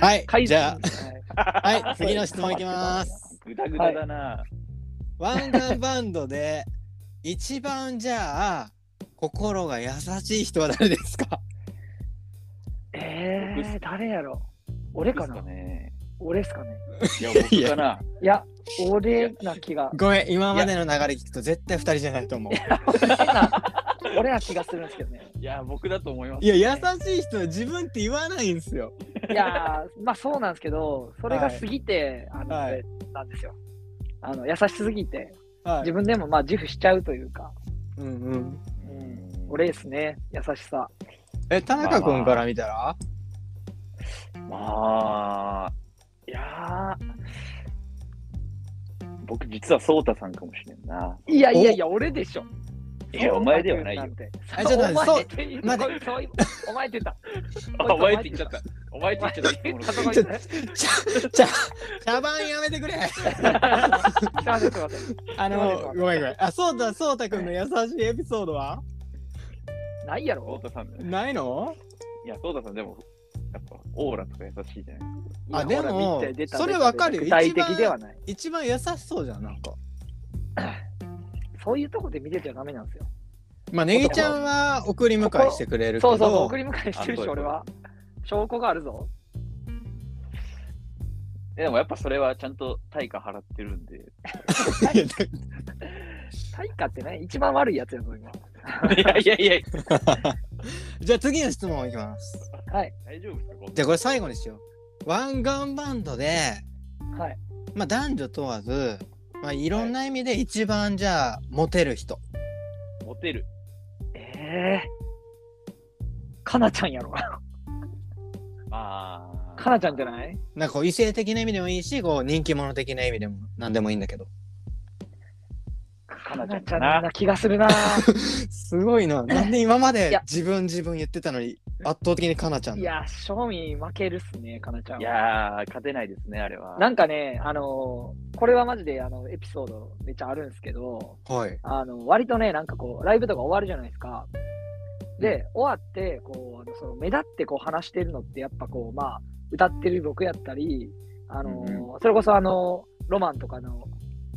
Speaker 1: はい、
Speaker 2: 海
Speaker 1: じゃ
Speaker 2: はい
Speaker 1: あ、 はい、次の質問いきます。
Speaker 3: ぐだぐだだな。
Speaker 1: ワンダーバンドで、一番じゃあ、心が優しい人は誰ですか
Speaker 2: え
Speaker 3: 僕っ
Speaker 2: ー、
Speaker 3: す
Speaker 2: 誰やろ俺
Speaker 3: で
Speaker 2: か
Speaker 3: す
Speaker 2: な
Speaker 3: かね。
Speaker 2: 俺っすかね
Speaker 3: いや、僕かな。
Speaker 2: いや、俺な気が、
Speaker 1: ごめん、今までの流れ聞くと絶対二人じゃないと思う。
Speaker 2: 俺な気がするんですけどね。
Speaker 3: いや、僕だと思います。
Speaker 1: いや、優しい人は自分って言わないんですよ。
Speaker 2: いやー、まあそうなんですけど、それが過ぎて、あの、
Speaker 1: はい
Speaker 2: なんですよ。あの優しすぎて、
Speaker 1: は
Speaker 2: 自分でもまあ自負しちゃうというか、
Speaker 1: い。うんうん。
Speaker 2: うん、俺ですね、優しさ。
Speaker 1: え、田中君から見たら
Speaker 3: まあ、いやー僕実はソータさんかもしれんな。
Speaker 2: いやいやいや、俺でしょ。
Speaker 3: いやお前ではないよ
Speaker 2: て。
Speaker 1: あちょっと待って
Speaker 2: お前て言う
Speaker 1: 待
Speaker 2: そうお前って言った。
Speaker 3: あ、お前って言っちゃった。お前って言っちゃっ た。
Speaker 2: お前
Speaker 1: ちょ
Speaker 2: って言った
Speaker 1: ちゃ、ちゃ、茶番やめてくれ
Speaker 2: すいません、すいません。
Speaker 1: あ
Speaker 2: そう
Speaker 1: の、
Speaker 2: です
Speaker 1: ごめんごめん。あ、そうた、そうたくんの優しいエピソードは
Speaker 2: ないや
Speaker 3: ソー
Speaker 2: ろ。
Speaker 3: タさんだね。
Speaker 1: ないの
Speaker 3: いや、ソータさんでも、やっぱオーラとか優しいじゃない
Speaker 1: あ
Speaker 2: いや
Speaker 1: でも
Speaker 2: ほら見て出た
Speaker 1: それわかるよ
Speaker 2: 出た具
Speaker 1: 一
Speaker 2: 体
Speaker 1: 番
Speaker 2: 的ではない。
Speaker 1: 一番優しそうじゃん、なんか。
Speaker 2: そういうとこで見てちゃダメなんですよ。
Speaker 1: まあ、ネギちゃんは送り迎えしてくれるけ
Speaker 2: そ
Speaker 1: ど、
Speaker 2: うそうそう、送り迎えしてる
Speaker 3: あ
Speaker 2: し、
Speaker 3: そうそう
Speaker 2: 俺は。証拠があるぞ。
Speaker 3: えでもやっぱそれはちゃんと対価払ってるんで。
Speaker 1: いやだ
Speaker 2: 対価ってね、一番悪いやつやぞ、今。
Speaker 3: いやいやいや、
Speaker 1: じゃあ次の質問いきます。
Speaker 2: はい。
Speaker 3: 大丈夫ですかこんな
Speaker 1: じゃあこれ最後にしよう。湾岸バンドで、
Speaker 2: はい。
Speaker 1: まあ、男女問わず、まあ、いろんな意味で一番じゃあモテる人。
Speaker 3: モテる。
Speaker 2: ええかなちゃんやろ。
Speaker 3: まあ。
Speaker 2: かなちゃんじゃない
Speaker 1: なんかこう異性的な意味でもいいし、こう人気者的な意味でも何でもいいんだけど。
Speaker 2: か
Speaker 3: な
Speaker 2: な
Speaker 3: ちゃん
Speaker 2: ちゃ
Speaker 3: かなん
Speaker 2: な気がす るな。
Speaker 1: すごい な。なんで今ま
Speaker 2: い
Speaker 1: で
Speaker 2: や
Speaker 1: 自分自分言ってたのに圧倒的にかなちゃん
Speaker 2: い
Speaker 1: だ。
Speaker 2: や、賞味負けるっすね、かなちゃんは。
Speaker 3: いやー、勝てないですね、あれは。
Speaker 2: なんかね、あのーこれはマジであのエピソードめっちゃあるんですけど、
Speaker 1: はい。
Speaker 2: あの割とね、なんかこう、ライブとか終わるじゃないですか。で、終わって、こう、あのその目立ってこう話してるのって、やっぱこう、まあ、歌ってる僕やったり、あのー
Speaker 3: うん
Speaker 2: それこそあの、ロマンとかの、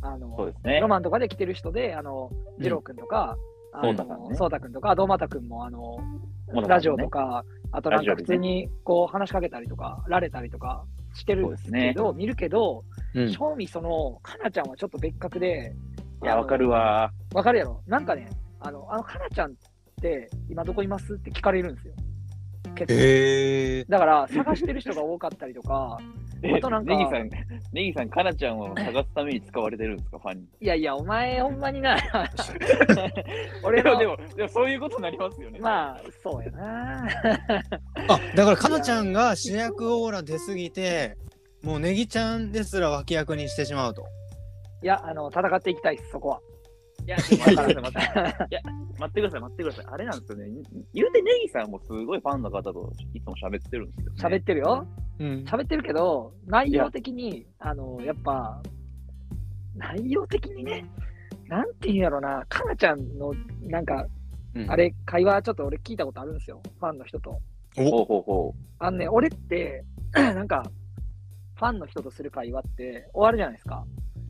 Speaker 2: あの
Speaker 3: そうですね
Speaker 2: ロマンとかで来てる人で、あの、ジロー君とか、あの
Speaker 3: ソータさんね
Speaker 2: ソータ君とか、ドーマタ君も、あの、
Speaker 3: モタさんね
Speaker 2: ラジオとか、あとなんか
Speaker 3: ラジ
Speaker 2: 普
Speaker 3: オでね
Speaker 2: 通にこう話しかけたりとか、られたりとかしてるんです
Speaker 3: そう
Speaker 2: け
Speaker 3: です
Speaker 2: ど、見るけど、
Speaker 1: うん。
Speaker 2: 正味その、かなちゃんはちょっと別格で、
Speaker 3: いや、わかるわ。
Speaker 2: あの。わかるやろ。なんかね、あの、あのかなちゃんって今どこいますって聞かれるんですよ。結構
Speaker 1: へえ
Speaker 2: だから探してる人が多かったりとか、 あとなんか
Speaker 3: ネギさん、ネギさん、かなちゃんを探すために使われてるんですか、ファンに。
Speaker 2: いやいや、お前ほんまにな、 俺の、
Speaker 3: でも、でも、でもそういうことになりますよね。
Speaker 2: まあ、そうやな。
Speaker 1: あだからかなちゃんが主役オーラ出すぎてもうネギちゃんですら脇役にしてしまうと。
Speaker 2: いや、あの、戦っていきたいです、そこは。
Speaker 3: いや、でも待ってください、待って。いや、待ってください、待ってください。あれなんですよね。言うてネギさんもすごいファンの方といつも喋ってるんですよ、
Speaker 2: 喋
Speaker 3: ね。
Speaker 2: ってるよ。
Speaker 1: うん
Speaker 2: 喋ってるけど、内容的に、あの、やっぱ、内容的にね、なんていうんやろな、かなちゃんの、なんか、あれ、会話ちょっと俺聞いたことあるんですよ、ファンの人と。
Speaker 3: ほうほうほう。
Speaker 2: あのね、俺って、 なんか、ファンの人とする会話って終わるじゃないですか。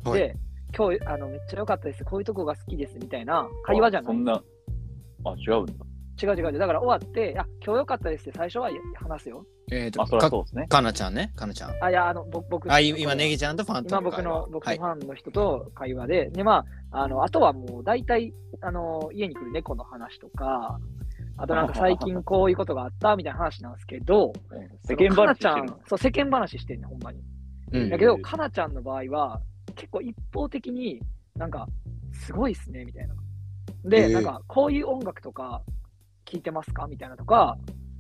Speaker 1: はい
Speaker 2: で、今日、あの、めっちゃ良かったです、こういうとこが好きです、みたいな会話じゃな
Speaker 3: そ
Speaker 2: い
Speaker 3: んな。あ、違うんだ。
Speaker 2: 違う違う違う。だから終わって、あ、今日良かったですって最初は話すよ。
Speaker 1: えーと
Speaker 3: まあ、そりゃ
Speaker 1: か
Speaker 3: そうですね。
Speaker 1: かなちゃんねかなちゃん。
Speaker 2: あ、いや、あの、僕、僕、
Speaker 1: あい今ネギちゃんとファンとの
Speaker 2: 今僕
Speaker 1: 会話
Speaker 2: の僕
Speaker 1: は
Speaker 2: の
Speaker 1: い
Speaker 2: ファンの人と会話で、でまあ、あのあとはもう大体あの家に来る猫の話とか、あとなんか最近こういうことがあったみたいな話なんですけ ど、
Speaker 3: 世
Speaker 2: そ
Speaker 3: 間話して
Speaker 2: のかな
Speaker 3: る
Speaker 2: ちゃんそう世間話してるね、ほんまに。
Speaker 1: うん
Speaker 2: だけど、
Speaker 3: へー
Speaker 2: かなちゃんの場合は、結構一方的に、なんか、すごいっすね、みたいな。で、
Speaker 1: えー
Speaker 2: なんか、こういう音楽とか聞いてますかみたいなとか、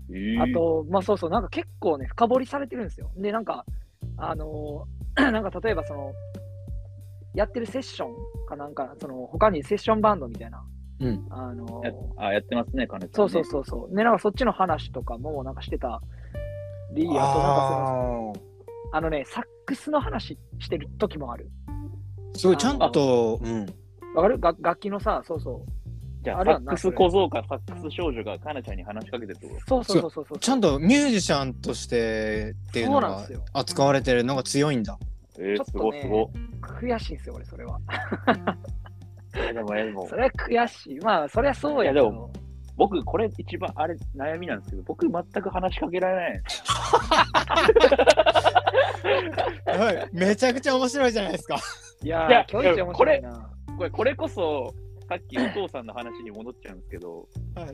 Speaker 3: えー
Speaker 2: あ、と、まあそうそう、なんか結構ね、深掘りされてるんですよ。で、なんか、あのー なんか例えばその、やってるセッションかなんか、その、他にセッションバンドみたいな、
Speaker 1: うん
Speaker 2: あのー
Speaker 3: やあやってますね、金ちゃんね
Speaker 2: そうそうそうそう。で、なんかそっちの話とかもなんかしてたり、あとなんかその
Speaker 1: あー
Speaker 2: あのね、サックスの話してる時もある。
Speaker 1: すごいちゃんと、うん、
Speaker 2: わかるが楽器のさ、そうそう。
Speaker 3: じゃ
Speaker 2: あ
Speaker 3: あ、
Speaker 2: れ
Speaker 3: サ
Speaker 2: は
Speaker 3: ッ
Speaker 2: な
Speaker 3: クス小僧かサックス少女がかなちゃんに話しかけてるところ。
Speaker 2: そうそうそうそうそう。
Speaker 1: ちゃんとミュージシャンとしてっていうの
Speaker 2: そうなん
Speaker 1: が
Speaker 2: ですよ
Speaker 1: 扱われてるのが強いんだ。
Speaker 3: え
Speaker 2: ちょ
Speaker 3: ー、
Speaker 2: っ
Speaker 3: す
Speaker 2: と
Speaker 3: ご
Speaker 2: ね
Speaker 3: いすご
Speaker 2: 悔しいんですよ、俺、それは。
Speaker 3: い。でも、でも
Speaker 2: それは悔しい。まあ、そりゃそうやけ
Speaker 3: いや
Speaker 2: ど。
Speaker 3: でも僕、これ一番あれ悩みなんですけど、僕、全く話しかけられないんです。
Speaker 1: はい、めちゃくちゃ面白いじゃないですか。
Speaker 2: いや
Speaker 3: いや
Speaker 2: ー、今日一面白いな。
Speaker 3: これ、これこそ、さっきお父さんの話に戻っちゃうんですけど、
Speaker 1: はい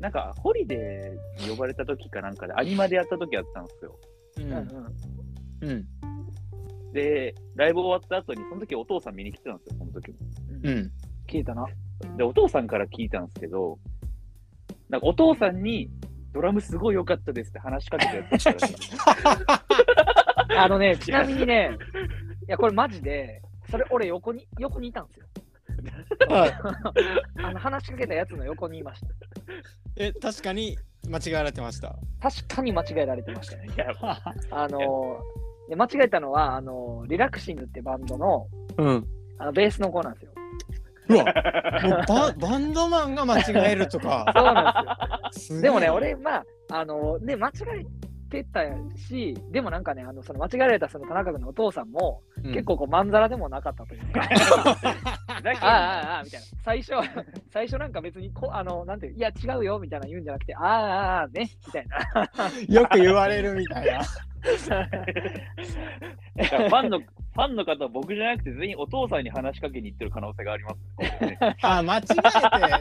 Speaker 3: なんか、ホリデーに呼ばれた時かなんかで、アニマでやった時あったんですよ。
Speaker 1: う、
Speaker 2: うんうんん
Speaker 1: うん、
Speaker 3: で、ライブ終わった後に、その時お父さん見に来てたんですよ、その時も。
Speaker 2: う
Speaker 1: うんん。
Speaker 2: 聞いたな。
Speaker 3: で、お父さんから聞いたんですけど、なんかお父さんに、ドラムすごい良かったですって話しかけてやってたらしいんですよ
Speaker 2: あ のね、ちなみにね、いや、これマジで、それ俺横に、横にいたんですよ。あの話しかけたやつの横にいました。
Speaker 1: え、確かに間違われてました。
Speaker 2: 確かに間違えられてましたね。
Speaker 3: いや
Speaker 2: あのーで間違えたのは、あのーリラクシングってバンドの
Speaker 1: うん。
Speaker 2: あのベースの子なんですよ。
Speaker 1: うわ、もうババンドマンが間違えるとか。
Speaker 2: そうなんです
Speaker 1: げ
Speaker 2: す
Speaker 1: え
Speaker 2: よ。でもね、、俺、まあ、あのーね、間違えてたし、でもなんかね、あのその間違えられたその田中君のお父さんも、
Speaker 1: うん
Speaker 2: 結。構こう、まんざらでもなかったというか、
Speaker 3: だ
Speaker 2: ああ
Speaker 3: から、
Speaker 2: ああああみたいな。最初、最初なんか別にこ、あの、なんていう、いや、違うよみたいな言うんじゃなくて、ああああ、ああね、みたいな。
Speaker 1: よく言われるみたいな。
Speaker 3: だからファンの、ファンの方は僕じゃなくて、全員お父さんに話しかけに行ってる可能性があります ね。
Speaker 1: あ、間違えて、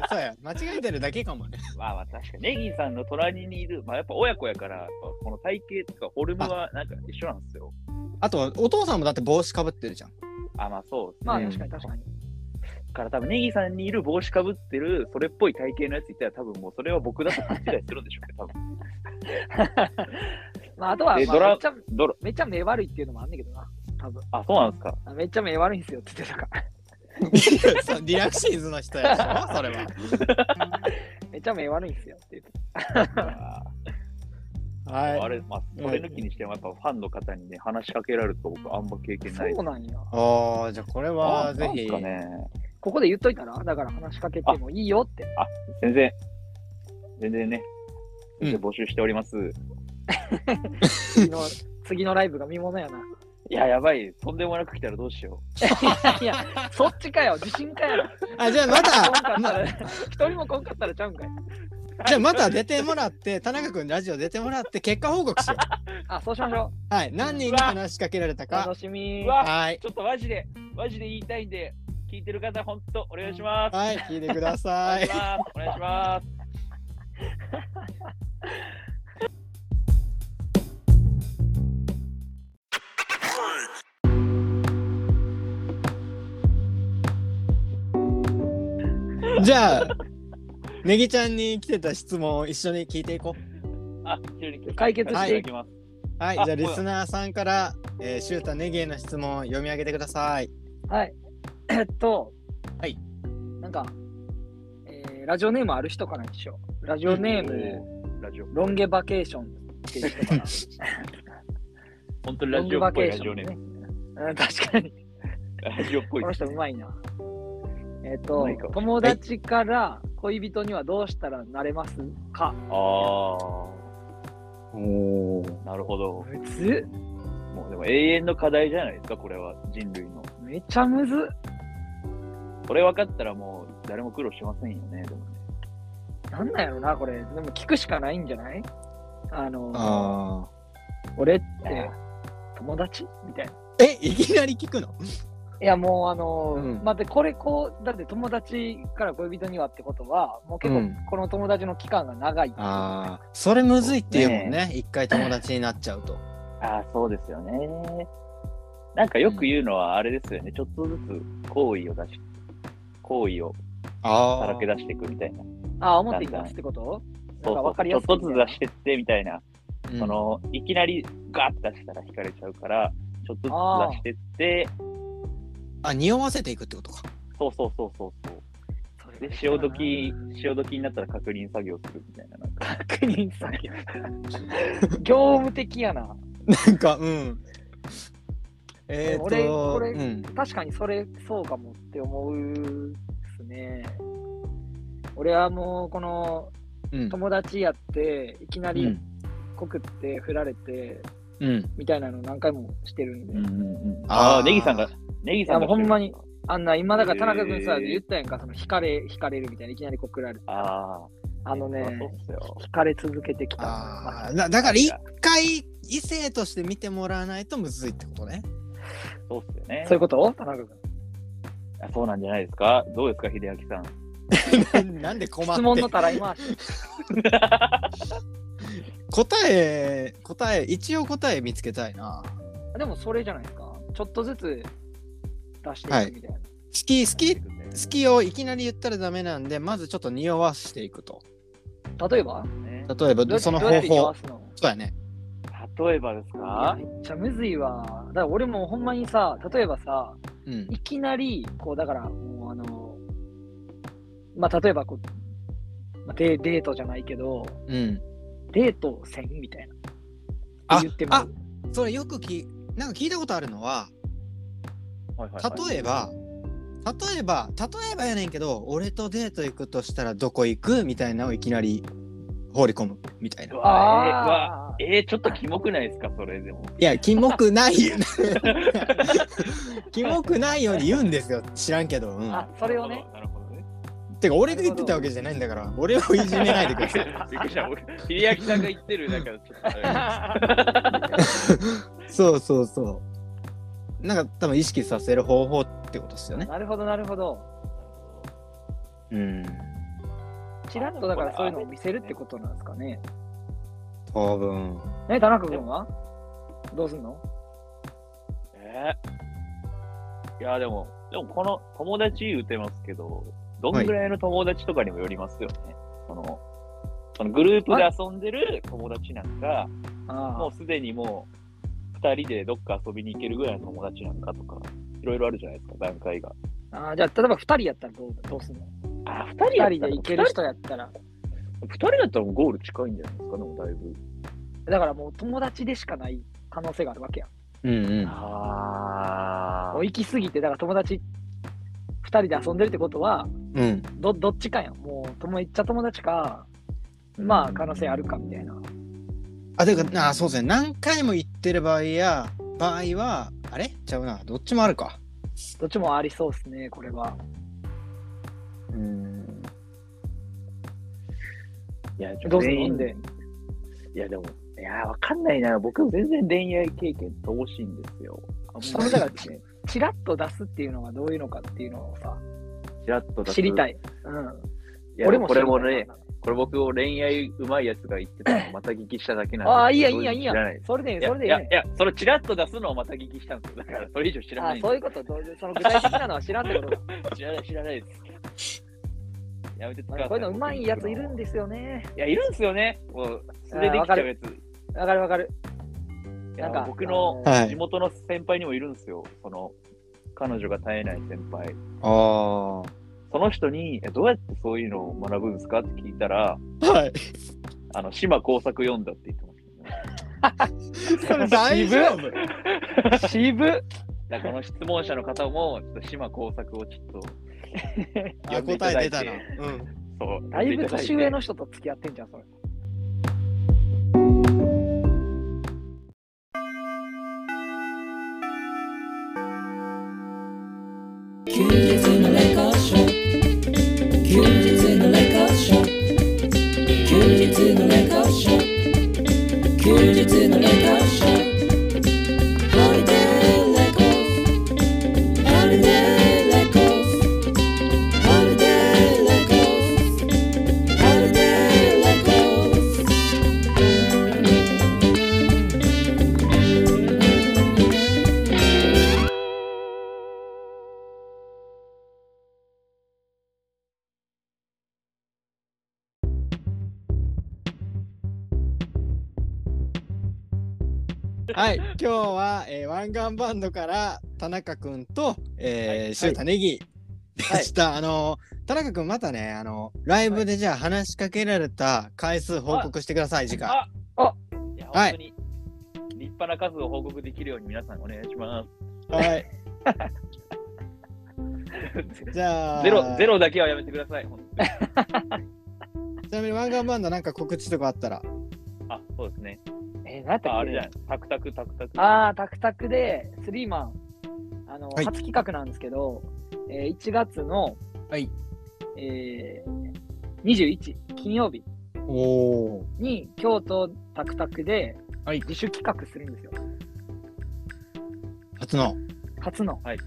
Speaker 1: そうや、間違えてるだけかもね。
Speaker 3: まあまあ確かに、ネギさんの隣にいる、まあやっぱ親子やから、やっぱこの体型とかフォルムはなんか一緒なんですよ。
Speaker 1: あと、お父さんもだって帽子かぶってるじゃん。
Speaker 3: あまあそうですね。
Speaker 2: まあ、
Speaker 1: うん
Speaker 2: 確かに確かに。
Speaker 3: だから多分ネギさんにいる帽子かぶってる、それっぽい体型のやついたら多分もうそれは僕だと勘違いするんでしょうね、多分。
Speaker 2: まあ、あとは、
Speaker 3: え
Speaker 2: まあ
Speaker 3: ドラ
Speaker 2: めっちゃ、
Speaker 3: ドラ
Speaker 2: めっちゃ目悪いっていうのもあんねんけどな。多分
Speaker 3: あ、そうなんで すか。
Speaker 2: あめっちゃ目悪いんですよって言ってたから。
Speaker 1: そう リラクシーズの人やでしょ、それは。
Speaker 2: めっちゃ目悪いんですよって言ってた。
Speaker 3: あーあ
Speaker 1: はい。
Speaker 3: れ、まあ、それ抜きにしてもやっぱファンの方にね、話しかけられると僕あんま経験ないです
Speaker 2: そうなんや。
Speaker 1: ああ、じゃあこれ
Speaker 3: あ
Speaker 1: はぜ
Speaker 3: なんす
Speaker 1: ひ。
Speaker 3: かね。
Speaker 2: ここで言っといたら、だから話しかけてもいいよって。
Speaker 3: 全然、全然ね、
Speaker 1: うん
Speaker 3: 全然募集しております。
Speaker 2: 次の、次のライブが見ものやな。
Speaker 3: いや、やばい、とんでもなく来たらどうしよ
Speaker 2: いや、そっちかよ、自信かよ。
Speaker 1: あ、じゃあま
Speaker 2: こんか
Speaker 1: た、
Speaker 2: った
Speaker 1: ま
Speaker 2: ら、一人もこんかったらちゃうんかい。
Speaker 1: じゃあまた出てもらって、田中君ラジオ出てもらって、結果報告しよ
Speaker 2: あ、そうしましょ
Speaker 1: う。はい。何人に話しかけられた
Speaker 2: う。楽
Speaker 1: か。
Speaker 2: しみ
Speaker 3: う。わ。。
Speaker 1: はいう
Speaker 3: ちょっとマジで、マジで言いたいんで、聞いてる方、ほんとお願いします。
Speaker 1: はい、聞いてくだ
Speaker 3: お
Speaker 1: さ
Speaker 3: 願い
Speaker 1: い
Speaker 3: し。ます。お願いします。
Speaker 1: じゃあ、ネギちゃんに来てた質問を一緒に聞いていこう。
Speaker 3: あ、急に
Speaker 2: 解決
Speaker 1: して
Speaker 3: いただきます。
Speaker 1: はい、
Speaker 3: あ
Speaker 1: じゃあリスナーさんから、えー、シュータネギへの質問を読み上げてください。
Speaker 2: はい。えっと、
Speaker 1: はい。
Speaker 2: なんか、えーラジオネームある人からにしよう。ラジオネーム、
Speaker 3: ラジオ。
Speaker 2: ロンゲバケーションっていう人かな。
Speaker 3: 本当に
Speaker 2: ロ
Speaker 3: ラ
Speaker 2: ン
Speaker 3: ジ
Speaker 2: ゲ
Speaker 3: オ
Speaker 2: バ
Speaker 3: っぽ
Speaker 2: ケ
Speaker 3: い
Speaker 2: ー
Speaker 3: ラ
Speaker 2: シ
Speaker 3: ジ
Speaker 2: ョ
Speaker 3: オ
Speaker 2: ン、
Speaker 3: ネー
Speaker 2: ね
Speaker 3: ム。。
Speaker 2: うん、確かに。
Speaker 3: ラジオっぽい
Speaker 2: この
Speaker 3: です
Speaker 2: 人うまいな。えっと
Speaker 3: うまいか、も
Speaker 2: 友達から恋人にはどうしたらなれますか、
Speaker 3: ああ
Speaker 1: おお。
Speaker 3: ー、なるほど。
Speaker 2: むずっ
Speaker 3: もうでも永遠の課題じゃないですか、これは。人類の。
Speaker 2: めちゃむずっ
Speaker 3: これ分かったらもう誰も苦労しませんよね、でもね。
Speaker 2: なんなんやろな、これ。でも聞くしかないんじゃないあの、
Speaker 1: あ
Speaker 2: 俺っ
Speaker 3: い
Speaker 2: て
Speaker 3: や
Speaker 2: 友達みたいな。
Speaker 1: あ。え、いきなり聞くの
Speaker 2: いや、もうあの、
Speaker 1: うん
Speaker 2: 待って、これこう、だって友達から恋人にはってことは、もう結
Speaker 1: うん
Speaker 2: 構この友達の期間が長い。
Speaker 1: ああ。それむずいって言うもんね。一回友達になっちゃうと。
Speaker 3: ああ、そうですよね。なんかよく言うのはあれですよね。ちょっとずつ好意を出し行為をさ
Speaker 1: あ
Speaker 3: ら
Speaker 1: あ
Speaker 3: け。出していくみたいな。
Speaker 2: あ、思っていたってことな
Speaker 3: そ
Speaker 2: ん
Speaker 3: う
Speaker 2: か
Speaker 3: そ
Speaker 2: 分か
Speaker 3: う。
Speaker 2: り
Speaker 3: ち
Speaker 2: や
Speaker 3: ょっ
Speaker 2: すく
Speaker 3: と
Speaker 2: みたい
Speaker 3: ずつ
Speaker 2: な。
Speaker 3: 出してってみたいな。その、いきなりガーッて出したら引かれちゃうから、ちょっとずつ出してって、
Speaker 1: うんあ、匂わせていくってことか。
Speaker 3: そうそうそうそうそう。で、潮時、潮時になったら確認作業するみたいな。なんか
Speaker 2: 確認作業。業務的やな。
Speaker 1: なんか、うん。えー、っ
Speaker 2: 俺
Speaker 1: と、
Speaker 2: これ
Speaker 1: うん。
Speaker 2: 確かにそれそうかもって思うっすね。俺はもうこの
Speaker 1: うん。
Speaker 2: 友達やっていきな
Speaker 1: う
Speaker 2: り
Speaker 1: ん
Speaker 2: 告って振られて
Speaker 1: うん。
Speaker 2: みたいなの何回もしてるんで。
Speaker 3: あ
Speaker 1: あ
Speaker 3: あ、
Speaker 1: ー
Speaker 3: ネギさんが、ネギさんが。
Speaker 2: いやもうほんまに。あんな今だから田中君さ
Speaker 3: へー
Speaker 2: 言ったやんか、その惹かれ、惹かれるみたいな、いきなり告られて。
Speaker 3: ああ。
Speaker 2: あのね、
Speaker 3: そうっすよ。
Speaker 2: 惹かれ続けてきた。
Speaker 1: ああ、だだから一回異性として見てもらわないとむずいってこと ね。
Speaker 3: そうっすよね。
Speaker 2: そういうこと田中君。
Speaker 3: あそうなんじゃないですかどうですか、秀明さん。
Speaker 1: なんで困って
Speaker 2: 質問のたらい回し。
Speaker 1: 答え、答え、一応答え見つけたいな。
Speaker 2: でもそれじゃないですか。ちょっとずつ出していくみたいな。
Speaker 1: 好き、好き、好きをいきなり言ったらダメなんで、まずちょっと匂わしていくと。
Speaker 2: 例えば
Speaker 3: ね
Speaker 1: 例えば、その
Speaker 2: どうや
Speaker 1: 方
Speaker 2: って言
Speaker 1: 法
Speaker 2: わ。すの
Speaker 1: そうやね。
Speaker 3: 例えばですか
Speaker 2: めっちゃむずいわ。だから俺もほんまにさ、例えばさ、
Speaker 1: うん。
Speaker 2: いきなり、こうだから、もうあの、まあ例えばこう、まあデデートじゃないけど、
Speaker 1: うん。
Speaker 2: デートせんみたいな。
Speaker 1: あ
Speaker 2: 言って、も
Speaker 1: あ、それよくき、なんか聞いたことあるのは、
Speaker 3: はいはいはい
Speaker 1: 例えば、例えば、例えばやねんけど、俺とデート行くとしたらどこ行くみたいなのをいきなり放り込むみたいな
Speaker 3: う。わえーうわ
Speaker 2: ああ、
Speaker 3: えー、ちょっとキモくないですかそれでも。
Speaker 1: いや、キモくない。 キモくないように言うんですよ。知らんけど。うん、
Speaker 2: あそれをね。
Speaker 3: なるほど ね。
Speaker 1: てか、俺が言ってたわけじゃないんだから、俺をいじめないでください。
Speaker 3: びっくりした。僕、秀明さんが言ってる、なんかちょっとあれ。
Speaker 1: そうそうそう。なんか多分意識させる方法ってことですよね。
Speaker 2: なるほど、なるほど。
Speaker 1: うん。
Speaker 2: ちらっとだからそういうのを見せるってことなんですかね。
Speaker 1: 多分。
Speaker 2: ね、田中君はどうすんの
Speaker 3: えーいや、でも、でもこの友達言うてますけど、どんぐらいの友達とかにもよりますよね。その、そのグループで遊んでる友達なんか、も
Speaker 2: あ
Speaker 3: うすでにもう、二人でどっか遊びに行けるぐらいの友達なんかとか、いろいろあるじゃないですか、段階が。
Speaker 2: あああ、じゃあ例えば2人やったらどうどうすんの
Speaker 3: あ、二人
Speaker 2: ?2 人で行ける人やったら。
Speaker 3: 二人だったらもうゴール近いんじゃないですかね、もうだいぶ。
Speaker 2: だからもう友達でしかない可能性があるわけやん。
Speaker 1: うんうん。
Speaker 3: あ
Speaker 2: もう行き過ぎて、だから友達2人で遊んでるってことは、
Speaker 1: うん。
Speaker 2: どどっちかやん。もう友行っちゃ友達か、まあ可能性あるかみたいな。
Speaker 1: あ、てか、あ、そうですね。何回も言ってる場合や、場合は、あれちゃうな。どっちもあるか。
Speaker 2: どっちもありそうですね、これは。
Speaker 1: うん。
Speaker 3: いや、ちょっ
Speaker 2: ど
Speaker 3: と
Speaker 2: うすん
Speaker 3: 全
Speaker 2: の
Speaker 3: 員
Speaker 2: で
Speaker 3: で。。いや、でも、いや、わかんないな。僕、全然恋愛経験乏しいんですよ。あん
Speaker 2: そのだからち、ちらっと出すっていうのがどういうのかっていうのをさ、
Speaker 3: ちらっと
Speaker 2: 知りた
Speaker 3: い。
Speaker 2: い。うん。
Speaker 3: いや、
Speaker 2: 俺
Speaker 3: 俺
Speaker 2: も
Speaker 3: も
Speaker 2: 知
Speaker 3: こ
Speaker 2: り
Speaker 3: れ
Speaker 2: たい
Speaker 3: もね、これ僕を恋愛うまいやつが言ってたのをまた聞きしただけなんです
Speaker 2: ああ、いいや、いいや、いいや
Speaker 3: 知らない。
Speaker 2: それでいい、
Speaker 3: いや
Speaker 2: それでい
Speaker 3: い
Speaker 2: い
Speaker 3: や、
Speaker 2: ね
Speaker 3: い。や、そのチラッと出すのをまた聞きしたんですよ。だから、それ以上知ら
Speaker 2: あ
Speaker 3: な
Speaker 2: あ
Speaker 3: いんで
Speaker 2: そういうこと、どうその具体的なのは知らんってこと だ。
Speaker 3: す。知らない、知らない です。やめて使
Speaker 2: まあこういうのうまいやついるんですよね。
Speaker 3: いや、いるんですよね。もう、素でできちゃうやつ。
Speaker 2: わかるわかる。
Speaker 3: いや
Speaker 2: なんか
Speaker 3: 僕の
Speaker 2: あ
Speaker 1: は
Speaker 3: 地
Speaker 1: い。
Speaker 3: 元の先輩にもいるんですよ。その、彼女が絶えない先輩。
Speaker 1: ああ。は
Speaker 3: その人に、えどうやってそういうのを学ぶんですかって聞いたら、
Speaker 1: い。
Speaker 3: あの、島工作読んだって言ってました、ね。
Speaker 1: それ大丈夫
Speaker 2: 渋
Speaker 3: だからこの質問者の方も、ちょっと島工作を ちょっと、
Speaker 1: あ、答え出たな。うん。
Speaker 3: そう。
Speaker 2: だいぶ年上
Speaker 3: の。
Speaker 2: の人と付き合ってんじゃん、それ。
Speaker 5: 休日のレコードショー休日のレコードショー休日のレコードショー休日のレコードショーホリデーレコードホリデーレコードホリデーレコードホリデーレコード
Speaker 1: はい、今日は、えー、湾岸バンドから田中くんと、えー、シュータネギでした。あのー、田中くんまたね、あのー、ライブでじゃあ話しかけられた回数報告してください、次回。
Speaker 3: あ
Speaker 2: あ
Speaker 3: いや、
Speaker 1: はい
Speaker 3: 本当に、立派な数を報告できるように皆さんお願いします。
Speaker 1: はい。じゃあ、
Speaker 3: ゼロ、ゼロだけはやめてください。本当に
Speaker 1: ちなみに湾岸バンドなんか告知とかあったら。
Speaker 3: あ、そうですね。
Speaker 2: えー、なんだ
Speaker 3: あ
Speaker 2: っ
Speaker 3: あ
Speaker 2: け
Speaker 3: れじゃない。タクタク、タクタク。
Speaker 2: あー、タクタクで、スリーマン、あの、
Speaker 1: はい
Speaker 2: 初企画なんですけど、えー、1月の、
Speaker 1: はい。
Speaker 2: えー、21、金曜日
Speaker 1: おお。
Speaker 2: に、京都タクタクで、
Speaker 1: はい
Speaker 2: 自主企画するんですよ。
Speaker 1: 初の。
Speaker 2: 初の。
Speaker 3: はい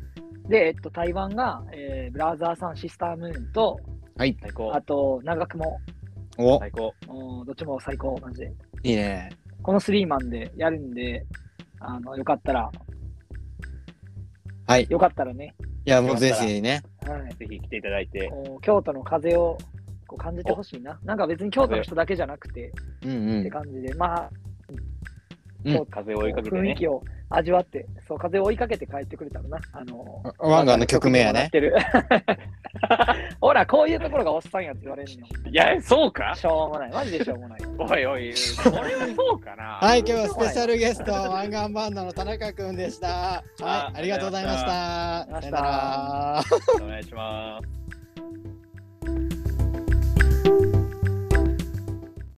Speaker 2: で、えっと、台湾が、えー、ブラザーさん、シスタームーンと、
Speaker 1: はい。
Speaker 3: 最高
Speaker 2: あ。と、長雲、
Speaker 1: お
Speaker 3: 最高。
Speaker 2: うんどっちも最高、マジで。
Speaker 1: いいね。
Speaker 2: このスリーマンでやるんで、あの、よかったら、
Speaker 1: はい。い
Speaker 2: よかったらね、
Speaker 1: や、もうぜひね。
Speaker 2: はい、
Speaker 3: ぜひ来ていただいて。
Speaker 2: こう京都の風をこう感じてほしいな。なんか別に京都の人だけじゃなくて、
Speaker 1: うん
Speaker 2: って感じで、まあ、
Speaker 3: 風を追いかけて
Speaker 2: 雰囲
Speaker 3: ね。
Speaker 2: 気を味わって、そう、風を追いかけて帰ってくれたらな。あの
Speaker 1: うん。湾岸の曲名やね。。
Speaker 2: ほら、こういうところがおっさんやって言われるのよ。
Speaker 3: いや、そうか
Speaker 2: しょうもない。マジでしょうもない。
Speaker 3: おいおい、これはそうかな。
Speaker 1: はい、今日はスペシャルゲスト、湾岸バンドの田中くんでした。はい、ありがとうございました。
Speaker 2: あ
Speaker 1: さ
Speaker 2: り
Speaker 1: よ
Speaker 2: がとう
Speaker 1: なら。
Speaker 2: ございました
Speaker 3: お願いします。